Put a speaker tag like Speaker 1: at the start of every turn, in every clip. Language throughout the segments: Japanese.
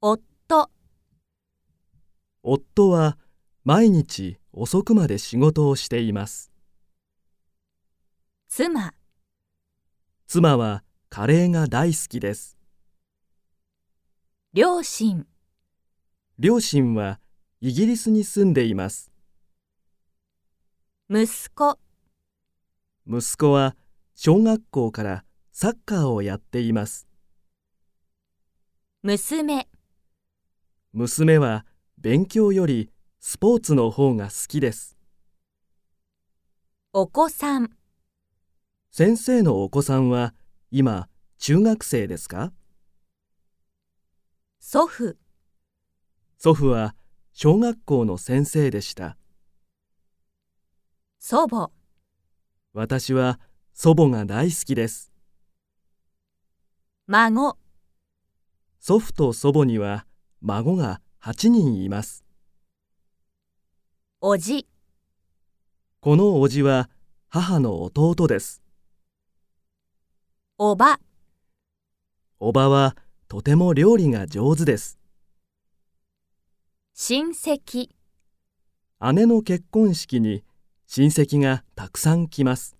Speaker 1: 夫、
Speaker 2: 夫は毎日遅くまで仕事をしています。
Speaker 1: 妻、
Speaker 2: 妻はカレーが大好きです。
Speaker 1: 両親、
Speaker 2: 両親はイギリスに住んでいます。
Speaker 1: 息子、
Speaker 2: 息子は小学校からサッカーをやっています。
Speaker 1: 娘、
Speaker 2: 娘は勉強よりスポーツの方が好きです。
Speaker 1: お子さん、
Speaker 2: 先生のお子さんは今中学生ですか
Speaker 1: 祖父、
Speaker 2: 祖父は小学校の先生でした。
Speaker 1: 祖母、
Speaker 2: 私は祖母が大好きです。
Speaker 1: 孫、
Speaker 2: 祖父と祖母には孫が8人います。
Speaker 1: おじ、
Speaker 2: この叔父は母の弟です。
Speaker 1: おば、
Speaker 2: 叔母はとても料理が上手です。
Speaker 1: 親戚、
Speaker 2: 姉の結婚式に親戚がたくさん来ます。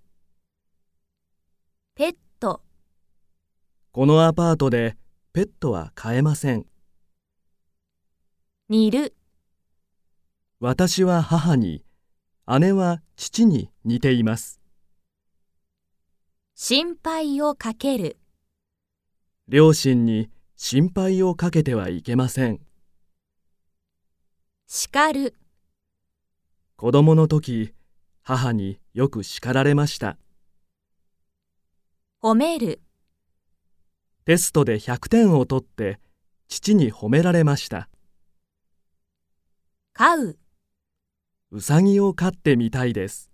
Speaker 1: ペット、
Speaker 2: このアパートでペットは飼えません。
Speaker 1: 煮る、
Speaker 2: 私は母に、姉は父に似ています。
Speaker 1: 心配をかける、
Speaker 2: 両親に心配をかけてはいけません。
Speaker 1: 叱る、
Speaker 2: 子供の時、母によく叱られました。
Speaker 1: 褒める、
Speaker 2: テストで100点を取って、父に褒められました。
Speaker 1: 飼う。
Speaker 2: うさぎを飼ってみたいです。